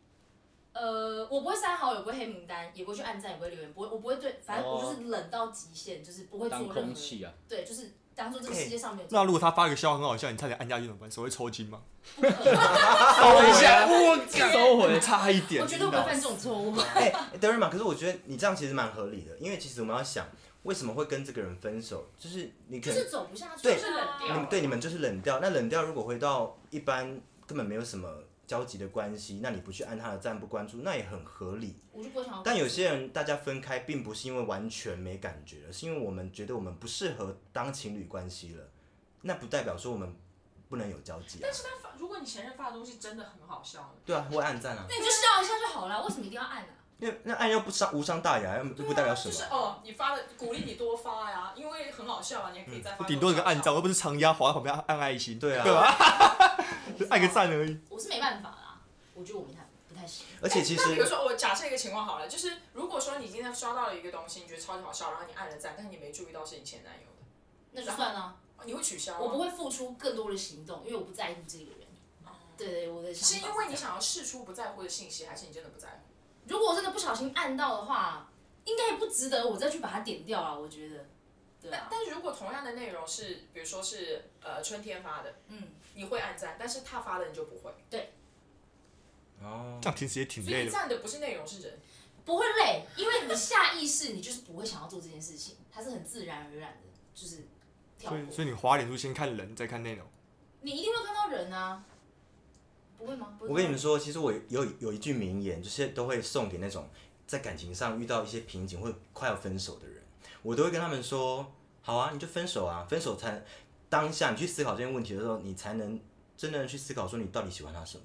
[SPEAKER 4] 呃，我不会删好友，也不会黑名单，也不会去暗赞，也不会留言，不会，我不会对，反正我
[SPEAKER 2] 哦
[SPEAKER 4] 就是冷到极限，就是不会做
[SPEAKER 2] 当
[SPEAKER 4] 任何
[SPEAKER 2] 空，气啊？
[SPEAKER 4] 对，就是当做这个世界上没有这
[SPEAKER 5] 那
[SPEAKER 4] 个
[SPEAKER 5] 如果他发个笑话很好笑，你差点按下去怎么办？手会抽筋吗？
[SPEAKER 2] 收一下，我收回。
[SPEAKER 5] 差一点。
[SPEAKER 4] 我绝对不会犯这种错误。
[SPEAKER 1] 哎、德瑞玛，可是我觉得你这样其实蛮合理的，因为其实我们要想为什么会跟这个人分手，就是你可
[SPEAKER 4] 就
[SPEAKER 1] 能
[SPEAKER 4] 是走不下去，
[SPEAKER 1] 对
[SPEAKER 4] 就是冷
[SPEAKER 1] 你们
[SPEAKER 4] 掉。
[SPEAKER 1] 对你们就是冷掉。那冷掉如果回到一般根本没有什么交集的关系，那你不去按他的赞不关注，那也很合理。
[SPEAKER 4] 我就不会
[SPEAKER 3] 哦
[SPEAKER 4] 想要。
[SPEAKER 1] 但有些人大家分开，并不是因为完全没感觉了，是因为我们觉得我们不适合当情侣关系了。那不代表说我们不能有交集啊
[SPEAKER 3] 但，是他发，如果你前任发的东西真的很好笑呢，
[SPEAKER 1] 对啊，会按赞啊。
[SPEAKER 4] 那你就笑一下就好了，为什么一定要按啊？
[SPEAKER 1] 那那按又不伤无伤大雅，又不代表什么。
[SPEAKER 3] 就是哦，你发的鼓励你多发呀，因为很好笑啊，你还可
[SPEAKER 1] 嗯
[SPEAKER 3] 以再发。
[SPEAKER 5] 顶多有个按赞，我。又不是长压滑到旁边按按爱心，
[SPEAKER 1] 对啊
[SPEAKER 5] 对吧？
[SPEAKER 4] 我不知道
[SPEAKER 5] 就 [LAUGHS] 按个，赞而已。
[SPEAKER 4] 我是没办法啦，我觉得我没太不太行。
[SPEAKER 1] 而且其
[SPEAKER 3] 那比如
[SPEAKER 1] 实
[SPEAKER 3] 说，我假设一个情况好了，就是如果说你今天刷到了一个东西，你觉得超级好笑，然后你按了赞，但你没注意到是你前男友的，
[SPEAKER 4] 那就算了，啊
[SPEAKER 3] 你会取消吗？
[SPEAKER 4] 我不会付出更多的行动，因为我不在乎这个人。对对，我的
[SPEAKER 3] 是
[SPEAKER 4] 想法
[SPEAKER 3] 因为你
[SPEAKER 4] 这样，
[SPEAKER 3] 想要试出不在乎的信息，还是你真的不在乎？
[SPEAKER 4] 如果我真的不小心按到的话，应该也不值得我再去把它点掉啊，我觉得。对
[SPEAKER 3] 但
[SPEAKER 4] 啊，
[SPEAKER 3] 但是如果同样的内容是，比如说是呃春天发的，
[SPEAKER 4] 嗯，
[SPEAKER 3] 你会按赞，但是他发的你就不会，
[SPEAKER 1] 哦
[SPEAKER 5] 这，样其实啊也挺
[SPEAKER 3] 所以
[SPEAKER 5] 累
[SPEAKER 3] 你
[SPEAKER 5] 的。
[SPEAKER 3] 赞的不是内容是人。
[SPEAKER 4] 不会累，因为你下意识你就是不会想要做这件事情，它是很自然而然的，就是跳过。
[SPEAKER 5] 所以，所以你滑脸书先看人，再看内容。
[SPEAKER 4] 你一定会看到人啊，不会吗？不会
[SPEAKER 1] 我跟你
[SPEAKER 4] 吗
[SPEAKER 1] 们说，其实我有有一句名言，就是都会送给那种在感情上遇到一些瓶颈或快要分手的人，我都会跟他们说：好啊，你就分手啊，分手才当下你去思考这些问题的时候，你才能真正的去思考说你到底喜欢他什么。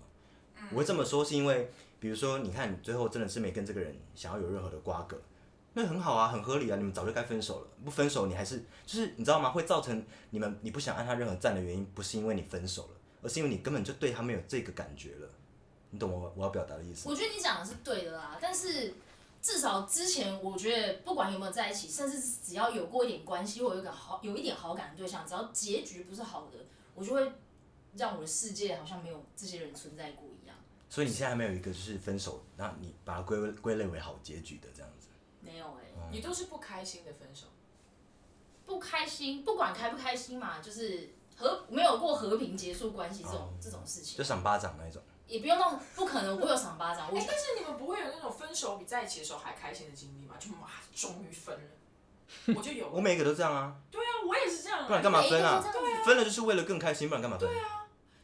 [SPEAKER 1] 我会这么说是因为，比如说，你看你最后真的是没跟这个人想要有任何的瓜葛，那很好啊，很合理啊，你们早就该分手了。不分手你还是就是你知道吗？会造成你们你不想按他任何赞的原因，不是因为你分手了，而是因为你根本就对他没有这个感觉了。你懂我我要表达的意思吗？
[SPEAKER 4] 我觉得你讲的是对的啦，但是至少之前我觉得不管有没有在一起，甚至只要有过一点关系或有一个好有一点好感的对象，只要结局不是好的，我就会让我的世界好像没有这些人存在过一样。
[SPEAKER 1] 所以你现在还没有一个就是分手，那你把它归为归类为好结局的这样子。
[SPEAKER 4] 没有哎、
[SPEAKER 1] 嗯
[SPEAKER 3] 你都是不开心的分手，
[SPEAKER 4] 不开心，不管开不开心嘛，就是和没有过和平结束关系这种、
[SPEAKER 1] 哦
[SPEAKER 4] 这种事情
[SPEAKER 1] 就，赏巴掌那一种，
[SPEAKER 4] 也不用到不可能，我不会有赏巴掌，我
[SPEAKER 3] 哎、但是你们不会有那种分手比在一起的时候还开心的经历吗？就妈，终于分了，我就有。
[SPEAKER 1] 我每一个都这样啊，
[SPEAKER 3] 对啊，我也是这样、啊。
[SPEAKER 1] 不然干嘛分啊
[SPEAKER 4] 每一个都这样？
[SPEAKER 1] 分了就是为了更开心，不然干嘛分？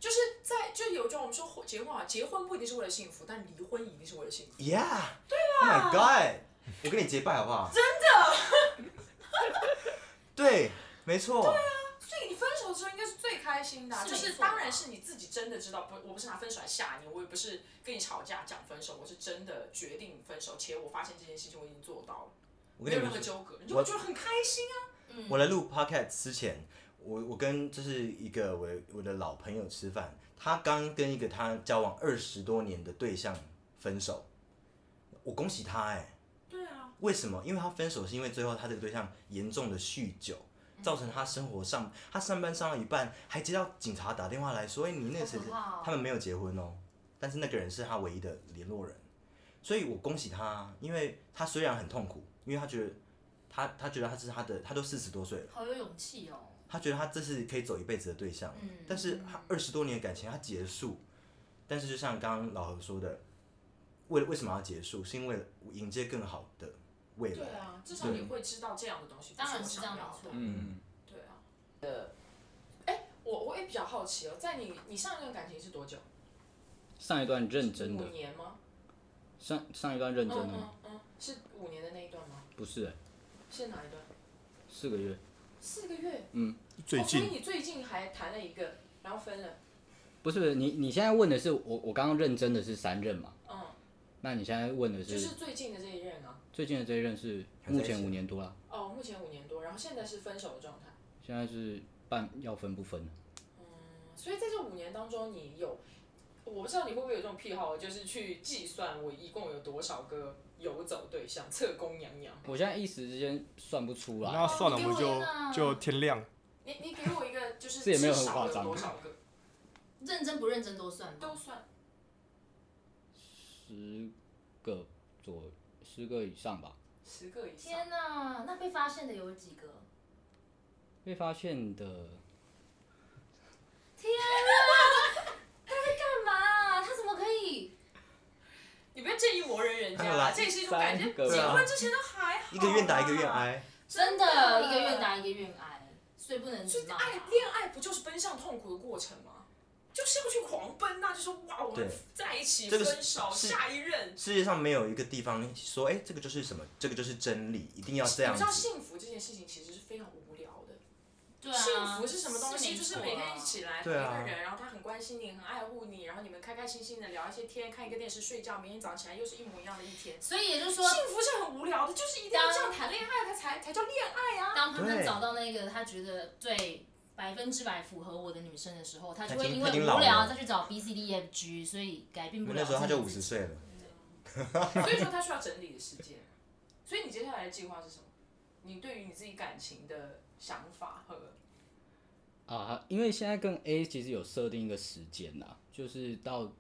[SPEAKER 3] 就是在就有一种我们说婚结婚啊，结婚不一定是为了幸福，但离婚一定是为了幸福。
[SPEAKER 1] Yeah，对吧？Oh my god，我跟你结拜好不好？真的。 [LAUGHS] 对，没错。
[SPEAKER 3] 所以你分手之后应该是最开心的啊、
[SPEAKER 4] 是
[SPEAKER 3] 就
[SPEAKER 4] 没
[SPEAKER 3] 是
[SPEAKER 4] 错啊
[SPEAKER 3] 当然是你自己真的知道，不，我不是拿分手来吓你，我也不是跟你吵架讲分手，我是真的决定分手，且我发现这件事情我已经做到了，
[SPEAKER 1] 我
[SPEAKER 3] 没
[SPEAKER 1] 跟你
[SPEAKER 3] 有任
[SPEAKER 1] 们
[SPEAKER 3] 何
[SPEAKER 1] 说，
[SPEAKER 3] 纠葛，你就会觉得很开心啊。
[SPEAKER 1] 我来录 podcast 之前，我我跟就是一个我的我的老朋友吃饭，他刚跟一个他交往二十多年的对象分手，我恭喜他哎、
[SPEAKER 3] 对啊，
[SPEAKER 1] 为什么？因为他分手是因为最后他这个对象严重的酗酒，造成他生活上，他上班上到一半，还接到警察打电话来说，哎、你那个谁
[SPEAKER 4] 好
[SPEAKER 1] 谁
[SPEAKER 4] 可怕哦，
[SPEAKER 1] 他们没有结婚哦，但是那个人是他唯一的联络人，所以我恭喜他啊，因为他虽然很痛苦，因为他觉得他他觉得他是他的，他都四十多岁了，
[SPEAKER 4] 好有勇气哦。
[SPEAKER 1] 他觉得他这是可以走一辈子的对象了，
[SPEAKER 4] 嗯
[SPEAKER 1] 但是他二十多年的感情他结束，但是就像刚刚老何说的，为为什么要结束？是因为迎接更好的未
[SPEAKER 3] 对
[SPEAKER 1] 来。
[SPEAKER 3] 啊，至少你会知道这样的东西不
[SPEAKER 4] 当
[SPEAKER 3] 是
[SPEAKER 4] 然
[SPEAKER 3] 我
[SPEAKER 4] 是
[SPEAKER 3] 想
[SPEAKER 4] 这样没
[SPEAKER 3] 要的。
[SPEAKER 4] 错。
[SPEAKER 2] 嗯，
[SPEAKER 3] 对啊，呃，哎，我我也比较好奇哦，在你你上一段感情是多久？
[SPEAKER 2] 上一段认真的
[SPEAKER 3] 五，年吗？
[SPEAKER 2] 上上一段认真的吗
[SPEAKER 3] 嗯嗯嗯，是五年的那一段吗？
[SPEAKER 2] 不是、欸，
[SPEAKER 3] 是哪一段？
[SPEAKER 2] 四个月，
[SPEAKER 3] 四个月。
[SPEAKER 5] 最
[SPEAKER 3] 哦，所以
[SPEAKER 5] 近
[SPEAKER 3] 你最近还谈了一个，然后分了。
[SPEAKER 2] 不是不是，你你现在问的是我我刚刚认真的是三任嘛？
[SPEAKER 3] 嗯，
[SPEAKER 2] 那你现在问的
[SPEAKER 3] 就是是最近的这一任啊。
[SPEAKER 2] 最近的这一任是
[SPEAKER 1] 还在一
[SPEAKER 2] 目
[SPEAKER 1] 起啊
[SPEAKER 2] 前五年多了，
[SPEAKER 3] 哦，目前五年多，然然后现在是分手的状态。
[SPEAKER 2] 现在是办要分不分，
[SPEAKER 3] 所以在这五年当中，你有，我不知道你会不会有这种癖好，就是去计算我一共有多少个游走对象，侧宫娘娘。
[SPEAKER 2] 我现在一时之间算不出来。
[SPEAKER 5] 那算了，我
[SPEAKER 4] 你给
[SPEAKER 5] 们
[SPEAKER 4] 我
[SPEAKER 5] 就
[SPEAKER 3] 哦
[SPEAKER 4] 一个啊
[SPEAKER 5] 就天亮。
[SPEAKER 3] 你你给我一个，就是
[SPEAKER 2] 这也没有很
[SPEAKER 3] 至少
[SPEAKER 2] 夸张
[SPEAKER 3] 多少个
[SPEAKER 4] 认真不认真都算
[SPEAKER 3] 都
[SPEAKER 4] 吗？
[SPEAKER 3] 算。
[SPEAKER 2] 十个左十个以上吧。
[SPEAKER 3] 十个以上，
[SPEAKER 4] 天哪、那被发现的有几个？
[SPEAKER 2] 被发现的，
[SPEAKER 4] 干嘛啊、他怎么可以？
[SPEAKER 3] 你不要正义魔人人家
[SPEAKER 1] 哎来
[SPEAKER 3] 啊，这也是一种感觉。
[SPEAKER 2] 三
[SPEAKER 3] 结
[SPEAKER 2] 个吧
[SPEAKER 3] 婚之前都还好啊，
[SPEAKER 1] 一个愿打一个愿挨，
[SPEAKER 4] 真的，一个愿打一个愿挨，所以不能
[SPEAKER 3] 所以
[SPEAKER 4] 骂
[SPEAKER 3] 爱
[SPEAKER 4] 他
[SPEAKER 3] 恋爱不就是奔向痛苦的过程吗？就是要去狂奔啊呐、就说哇，我们
[SPEAKER 1] 对
[SPEAKER 3] 在一起
[SPEAKER 1] 这个
[SPEAKER 3] 分
[SPEAKER 1] 是
[SPEAKER 3] 手，
[SPEAKER 1] 是
[SPEAKER 3] 下一任。
[SPEAKER 1] 世界上没有一个地方说，哎、这个就是什么，这个就是真理，一定要这
[SPEAKER 3] 你
[SPEAKER 1] 样
[SPEAKER 3] 知道
[SPEAKER 1] 子。
[SPEAKER 3] 幸福这件事情其实是非常无聊的。
[SPEAKER 4] 对啊，
[SPEAKER 3] 嗯幸福是什么东西？
[SPEAKER 4] 没
[SPEAKER 3] 就是
[SPEAKER 4] 错啊
[SPEAKER 3] 每天一起来，
[SPEAKER 1] 对啊
[SPEAKER 3] 一个人，然后他很关心你，很爱护你，然后你们开开心心的聊一些天，看一个电视，睡觉，明天早上起来又是一模一样的一天。
[SPEAKER 4] 所以也就是说，
[SPEAKER 3] 幸福是很无聊的，就是一定要这样谈恋爱，它才才叫恋
[SPEAKER 1] [LAUGHS]
[SPEAKER 3] 爱啊。
[SPEAKER 4] 当他们
[SPEAKER 1] 对
[SPEAKER 4] 找到那个他觉得最百分之百符合我的女生的时候，他就
[SPEAKER 1] 他
[SPEAKER 4] 会
[SPEAKER 1] 已经
[SPEAKER 4] 因为
[SPEAKER 1] 他已经
[SPEAKER 4] 无
[SPEAKER 1] 老
[SPEAKER 4] 聊
[SPEAKER 1] 了
[SPEAKER 4] 再去找 B C D E F G，所以改变不了。
[SPEAKER 1] 那时候他就五十，岁了，
[SPEAKER 3] 所以说，他需要整理的时间。所以你接下来的计划是什么？你对于你自己感情的想法和
[SPEAKER 2] 啊，因为现在跟 A 其实有设定一个时间呐、就是到，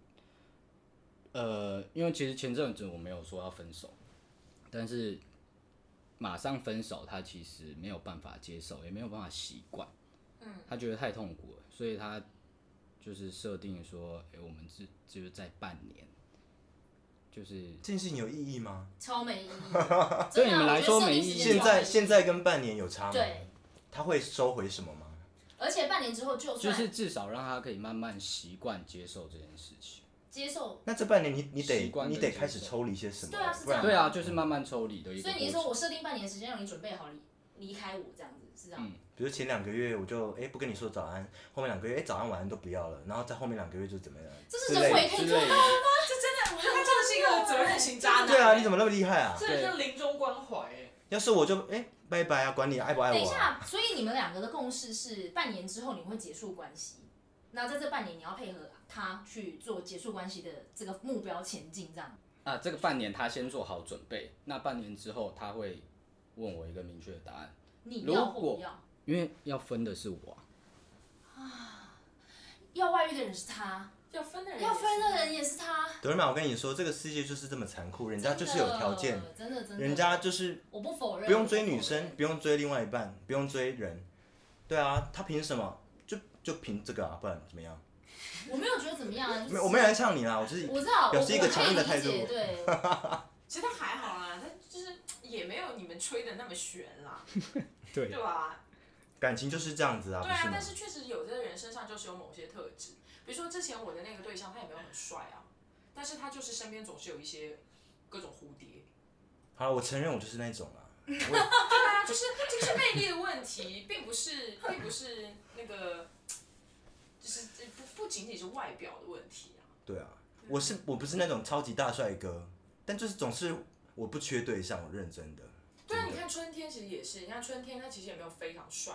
[SPEAKER 2] 呃，因为其实前阵子我没有说要分手，但是马上分手，他其实没有办法接受，也没有办法习惯，嗯，他觉得太痛苦了，所以他就是设定说，哎、我们只就是在半年，就是
[SPEAKER 1] 这件事情有意义吗？
[SPEAKER 4] 超没意义的。真
[SPEAKER 2] 对
[SPEAKER 4] 的
[SPEAKER 2] 你们来说没意义
[SPEAKER 4] 我觉得设定时间
[SPEAKER 1] 现
[SPEAKER 4] 就好
[SPEAKER 1] 在现在跟半年有差吗？
[SPEAKER 4] 对，
[SPEAKER 1] 他会收回什么吗？
[SPEAKER 4] 而且半年之后就
[SPEAKER 2] 就
[SPEAKER 4] 算
[SPEAKER 2] 是至少让他可以慢慢习惯接受这件事情。
[SPEAKER 4] 接受，
[SPEAKER 1] 那这半年你你
[SPEAKER 2] 习
[SPEAKER 1] 得
[SPEAKER 2] 惯跟
[SPEAKER 1] 你得
[SPEAKER 2] 接
[SPEAKER 1] 开始
[SPEAKER 2] 受
[SPEAKER 1] 抽离些什么？
[SPEAKER 4] 对啊是
[SPEAKER 1] 不然
[SPEAKER 4] 这
[SPEAKER 2] 对
[SPEAKER 4] 样
[SPEAKER 2] 啊，就是慢慢抽离的一个
[SPEAKER 4] 所
[SPEAKER 2] 过
[SPEAKER 4] 以
[SPEAKER 2] 程。
[SPEAKER 4] 你是说我设定半年时间让你准备好离离开我这样子是这样吗？
[SPEAKER 1] 比如前两个月我就哎、诶不跟你说早安，后面两个月哎、诶早安晚安都不要了，然后在后面两个月就怎么样？
[SPEAKER 4] 这
[SPEAKER 1] 之
[SPEAKER 4] 是人
[SPEAKER 1] 类
[SPEAKER 4] 为
[SPEAKER 1] 的
[SPEAKER 4] 可以
[SPEAKER 2] 之
[SPEAKER 4] 做
[SPEAKER 2] 类
[SPEAKER 4] 到的。
[SPEAKER 2] 的
[SPEAKER 3] 这真的，我觉得他真的是一个责任型渣男。欸
[SPEAKER 1] 对啊，你怎么那么厉害啊？
[SPEAKER 6] 这是临终关怀哎、
[SPEAKER 1] 要是我就哎、诶拜拜啊，管你爱不爱
[SPEAKER 4] 等一
[SPEAKER 1] 我、啊。
[SPEAKER 4] 下，所以你们两个的共识是半年之后你们会结束关系，那在这半年你要配合他去做结束关系的这个目标前进，这样。
[SPEAKER 2] 啊，这个半年他先做好准备，那半年之后他会问我一个明确的答案，
[SPEAKER 4] 你
[SPEAKER 2] 如
[SPEAKER 4] 要或
[SPEAKER 2] 果
[SPEAKER 4] 不要？
[SPEAKER 2] 因为要分的是我啊、
[SPEAKER 4] 要外遇的人是他，
[SPEAKER 3] 要分的人也
[SPEAKER 4] 要
[SPEAKER 3] 是
[SPEAKER 4] 分的人也是他。
[SPEAKER 1] 德玛，我跟你说，这个世界就是这么残酷，人家就是有条件，
[SPEAKER 4] 真的真的真的，
[SPEAKER 1] 人家就是
[SPEAKER 4] 我不否认，
[SPEAKER 1] 不用追
[SPEAKER 4] 我否
[SPEAKER 1] 女
[SPEAKER 4] 认
[SPEAKER 1] 生，。不用追另外一半，不用追人。对啊，他凭什么？就就凭这个啊，不然怎么样？
[SPEAKER 4] 我没有觉得怎么样啊，就是
[SPEAKER 1] 没，我没有来呛你啦，我就是
[SPEAKER 4] 我知道，
[SPEAKER 1] 表
[SPEAKER 4] 我
[SPEAKER 1] 示一个强硬的态度
[SPEAKER 4] 我可以
[SPEAKER 1] [LAUGHS]
[SPEAKER 4] 理解对，
[SPEAKER 3] 其实他还好啦，他就是也没有你们吹的那么悬
[SPEAKER 1] [LAUGHS]
[SPEAKER 3] 啦，
[SPEAKER 2] 对
[SPEAKER 3] 对吧？
[SPEAKER 1] 感情就是这样子啊，
[SPEAKER 3] 对
[SPEAKER 1] 不
[SPEAKER 3] 啊，
[SPEAKER 1] 是吗
[SPEAKER 3] 但？是确实有的人身上就是有某些特质，比如说之前我的那个对象他也没有很帅啊，但是他就是身边总是有一些各种蝴 [LAUGHS] 蝶，
[SPEAKER 1] 好了，我承认我就是那种啊，我也
[SPEAKER 3] 对啊，就是这个是魅力的问题，并不是并不是那个，就是这不不仅仅是外表的问题啊，
[SPEAKER 1] 对啊，我是我不是那种超级大帅哥，但就是总是我不缺对象，我认真的。
[SPEAKER 3] 对啊，
[SPEAKER 1] 真
[SPEAKER 3] 你
[SPEAKER 1] 的
[SPEAKER 3] 看春天其实也是，你看春天他其实也没有非常帅，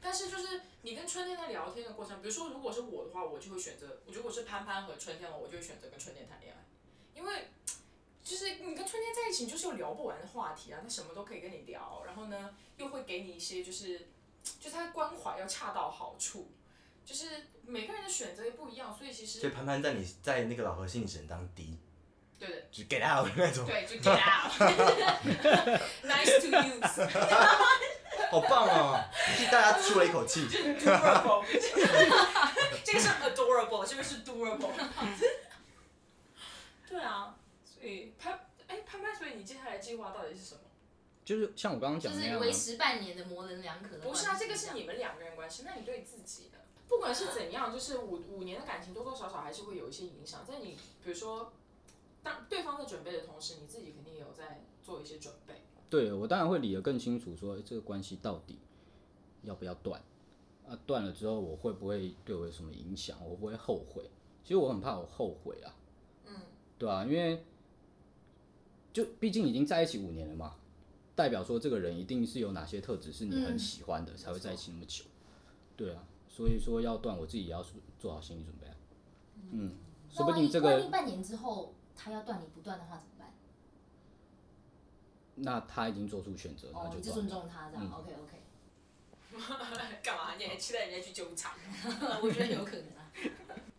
[SPEAKER 3] 但是就是你跟春天在聊天的过程，比如说如果是我的话，我就会选择，我如果是潘潘和春天的话，我就会选择跟春天谈恋爱，因为就是你跟春天在一起，你就是有聊不完的话题啊，他什么都可以跟你聊，然后呢又会给你一些就是就他的关怀要恰到好处，就是每个人的选择也不一样，所以其实
[SPEAKER 1] 所以潘潘在你在那个老何心里只能当 D，
[SPEAKER 3] 对的。
[SPEAKER 1] 就 get out 那种，
[SPEAKER 3] 对，就 get
[SPEAKER 1] [LAUGHS]
[SPEAKER 3] [LAUGHS] out，nice to you，
[SPEAKER 1] 好棒哦！替大家出了一口气。
[SPEAKER 3] [LAUGHS] durable，这个是 adorable，这个是 durable。对啊，所以潘哎潘潘，所以你接下来计划到底是什么？
[SPEAKER 2] 就是像我刚刚
[SPEAKER 4] 就
[SPEAKER 2] 讲的那
[SPEAKER 4] 是
[SPEAKER 2] 样、
[SPEAKER 4] 维
[SPEAKER 2] 啊，
[SPEAKER 4] 持半年的模棱两可的关系。
[SPEAKER 3] 不是啊，这个是你们两个人关系，那你对自己呢？不管是怎样，就是五五年的感情多多少少还是会有一些影响。在你比如说，当对方在准备的同时，你自己肯定也有在做一些准备。
[SPEAKER 2] 对我当然会理得更清楚说，诶这个关系到底要不要断啊？断了之后我会会不会对我有什么影响？我会不会后悔？其实我很怕我后悔啊，嗯，对啊，因为就毕竟已经在一起五年了嘛，代表说这个人一定是有哪些特质是你很
[SPEAKER 4] 嗯
[SPEAKER 2] 喜欢的，才会在一起那么久。对啊，所以说要断，我自己也要做好心理准备啊。嗯，说不定这
[SPEAKER 4] 万一
[SPEAKER 2] 个
[SPEAKER 4] 万一半年之后他要断你不断的话怎么办？
[SPEAKER 2] 那他已经做出选择，那
[SPEAKER 4] 哦，
[SPEAKER 2] 就
[SPEAKER 4] 你就
[SPEAKER 2] 断
[SPEAKER 4] 尊
[SPEAKER 2] 了。
[SPEAKER 4] 重
[SPEAKER 2] 嗯
[SPEAKER 4] 他这样。OK OK，
[SPEAKER 3] [LAUGHS] 干嘛？你还期待人家去纠缠？
[SPEAKER 4] 我觉得有可能啊。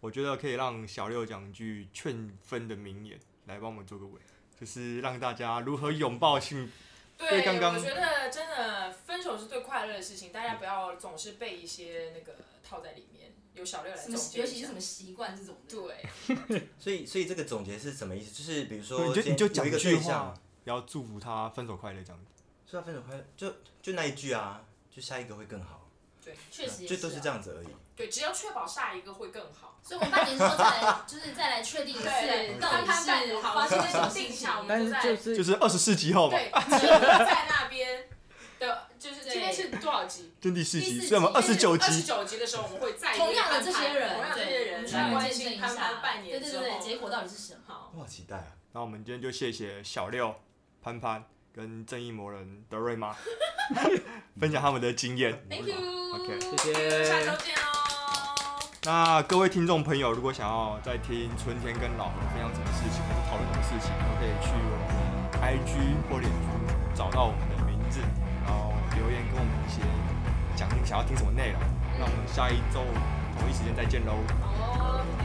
[SPEAKER 5] 我觉得可以让小六讲一句劝分的名言来帮我们做个尾，就是让大家如何拥抱幸福。
[SPEAKER 3] 对，
[SPEAKER 5] 刚刚
[SPEAKER 3] 我觉得真的分手是最快乐的事情，大家不要总是被一些那个套在里面。由小六来
[SPEAKER 4] [LAUGHS] 什
[SPEAKER 3] 总
[SPEAKER 4] 么，
[SPEAKER 3] 结
[SPEAKER 4] 尤
[SPEAKER 3] 一
[SPEAKER 4] 其是
[SPEAKER 3] 下
[SPEAKER 4] 什么习惯这种的。
[SPEAKER 3] 对，
[SPEAKER 1] 所以所以这个总结是什么意思？就是比如说，
[SPEAKER 5] 你就你就讲
[SPEAKER 1] 有一个
[SPEAKER 5] 句
[SPEAKER 1] 对
[SPEAKER 5] 话
[SPEAKER 1] 象，，
[SPEAKER 5] 然后祝福他分手快乐这样子。
[SPEAKER 1] 说到分手快乐，就就那一句啊，就下一个会更好，
[SPEAKER 4] 确实也
[SPEAKER 1] 就都是
[SPEAKER 4] 啊
[SPEAKER 1] 这。样子而已。
[SPEAKER 3] 对，只要确保下一个会更好。
[SPEAKER 4] 所以我们半年之后再来，就是再来确定一次
[SPEAKER 3] 对，
[SPEAKER 4] 到底
[SPEAKER 3] 看看
[SPEAKER 4] 是
[SPEAKER 3] 好
[SPEAKER 4] 发生了
[SPEAKER 3] 这
[SPEAKER 4] 什
[SPEAKER 3] 个
[SPEAKER 4] 么
[SPEAKER 3] 定
[SPEAKER 4] 事
[SPEAKER 3] 下我
[SPEAKER 4] 情。
[SPEAKER 3] 们
[SPEAKER 2] 但是就是
[SPEAKER 5] 就是二十四集后嘛，
[SPEAKER 3] 对，只有在那边的，就是
[SPEAKER 4] 对
[SPEAKER 3] 今天是多少集？
[SPEAKER 5] 真第四集，
[SPEAKER 4] 第四集
[SPEAKER 5] 所以我 [LAUGHS] 们二十九
[SPEAKER 3] 二十
[SPEAKER 5] 集，
[SPEAKER 3] 九集的时候，我们会再
[SPEAKER 4] 同样的这些人，
[SPEAKER 3] 同样的这些
[SPEAKER 4] 对，我
[SPEAKER 3] 人
[SPEAKER 4] 们需
[SPEAKER 3] 来
[SPEAKER 4] 要
[SPEAKER 3] 关
[SPEAKER 4] 见证
[SPEAKER 3] 心
[SPEAKER 4] 一
[SPEAKER 3] 潘
[SPEAKER 4] 下
[SPEAKER 3] 潘半年
[SPEAKER 4] 对对
[SPEAKER 3] 之后，
[SPEAKER 4] 对对，结果到底是什么？
[SPEAKER 3] 好，
[SPEAKER 1] 我好期待啊！
[SPEAKER 5] 那我们今天就谢谢小六、潘潘跟正义魔人德瑞妈分享他们的经验。
[SPEAKER 3] ，Thank you，
[SPEAKER 5] OK
[SPEAKER 2] 谢谢
[SPEAKER 3] 下周见哦。
[SPEAKER 5] 那各位听众朋友，如果想要再听春天跟老何分享什么事情，或者讨论什么事情，都可以去我们的 IG 或脸书找到我们的名字，然后留言跟我们一些讲你想要听什么内容。那我们下一周同一时间再见喽。
[SPEAKER 3] 好哦，拜拜。哦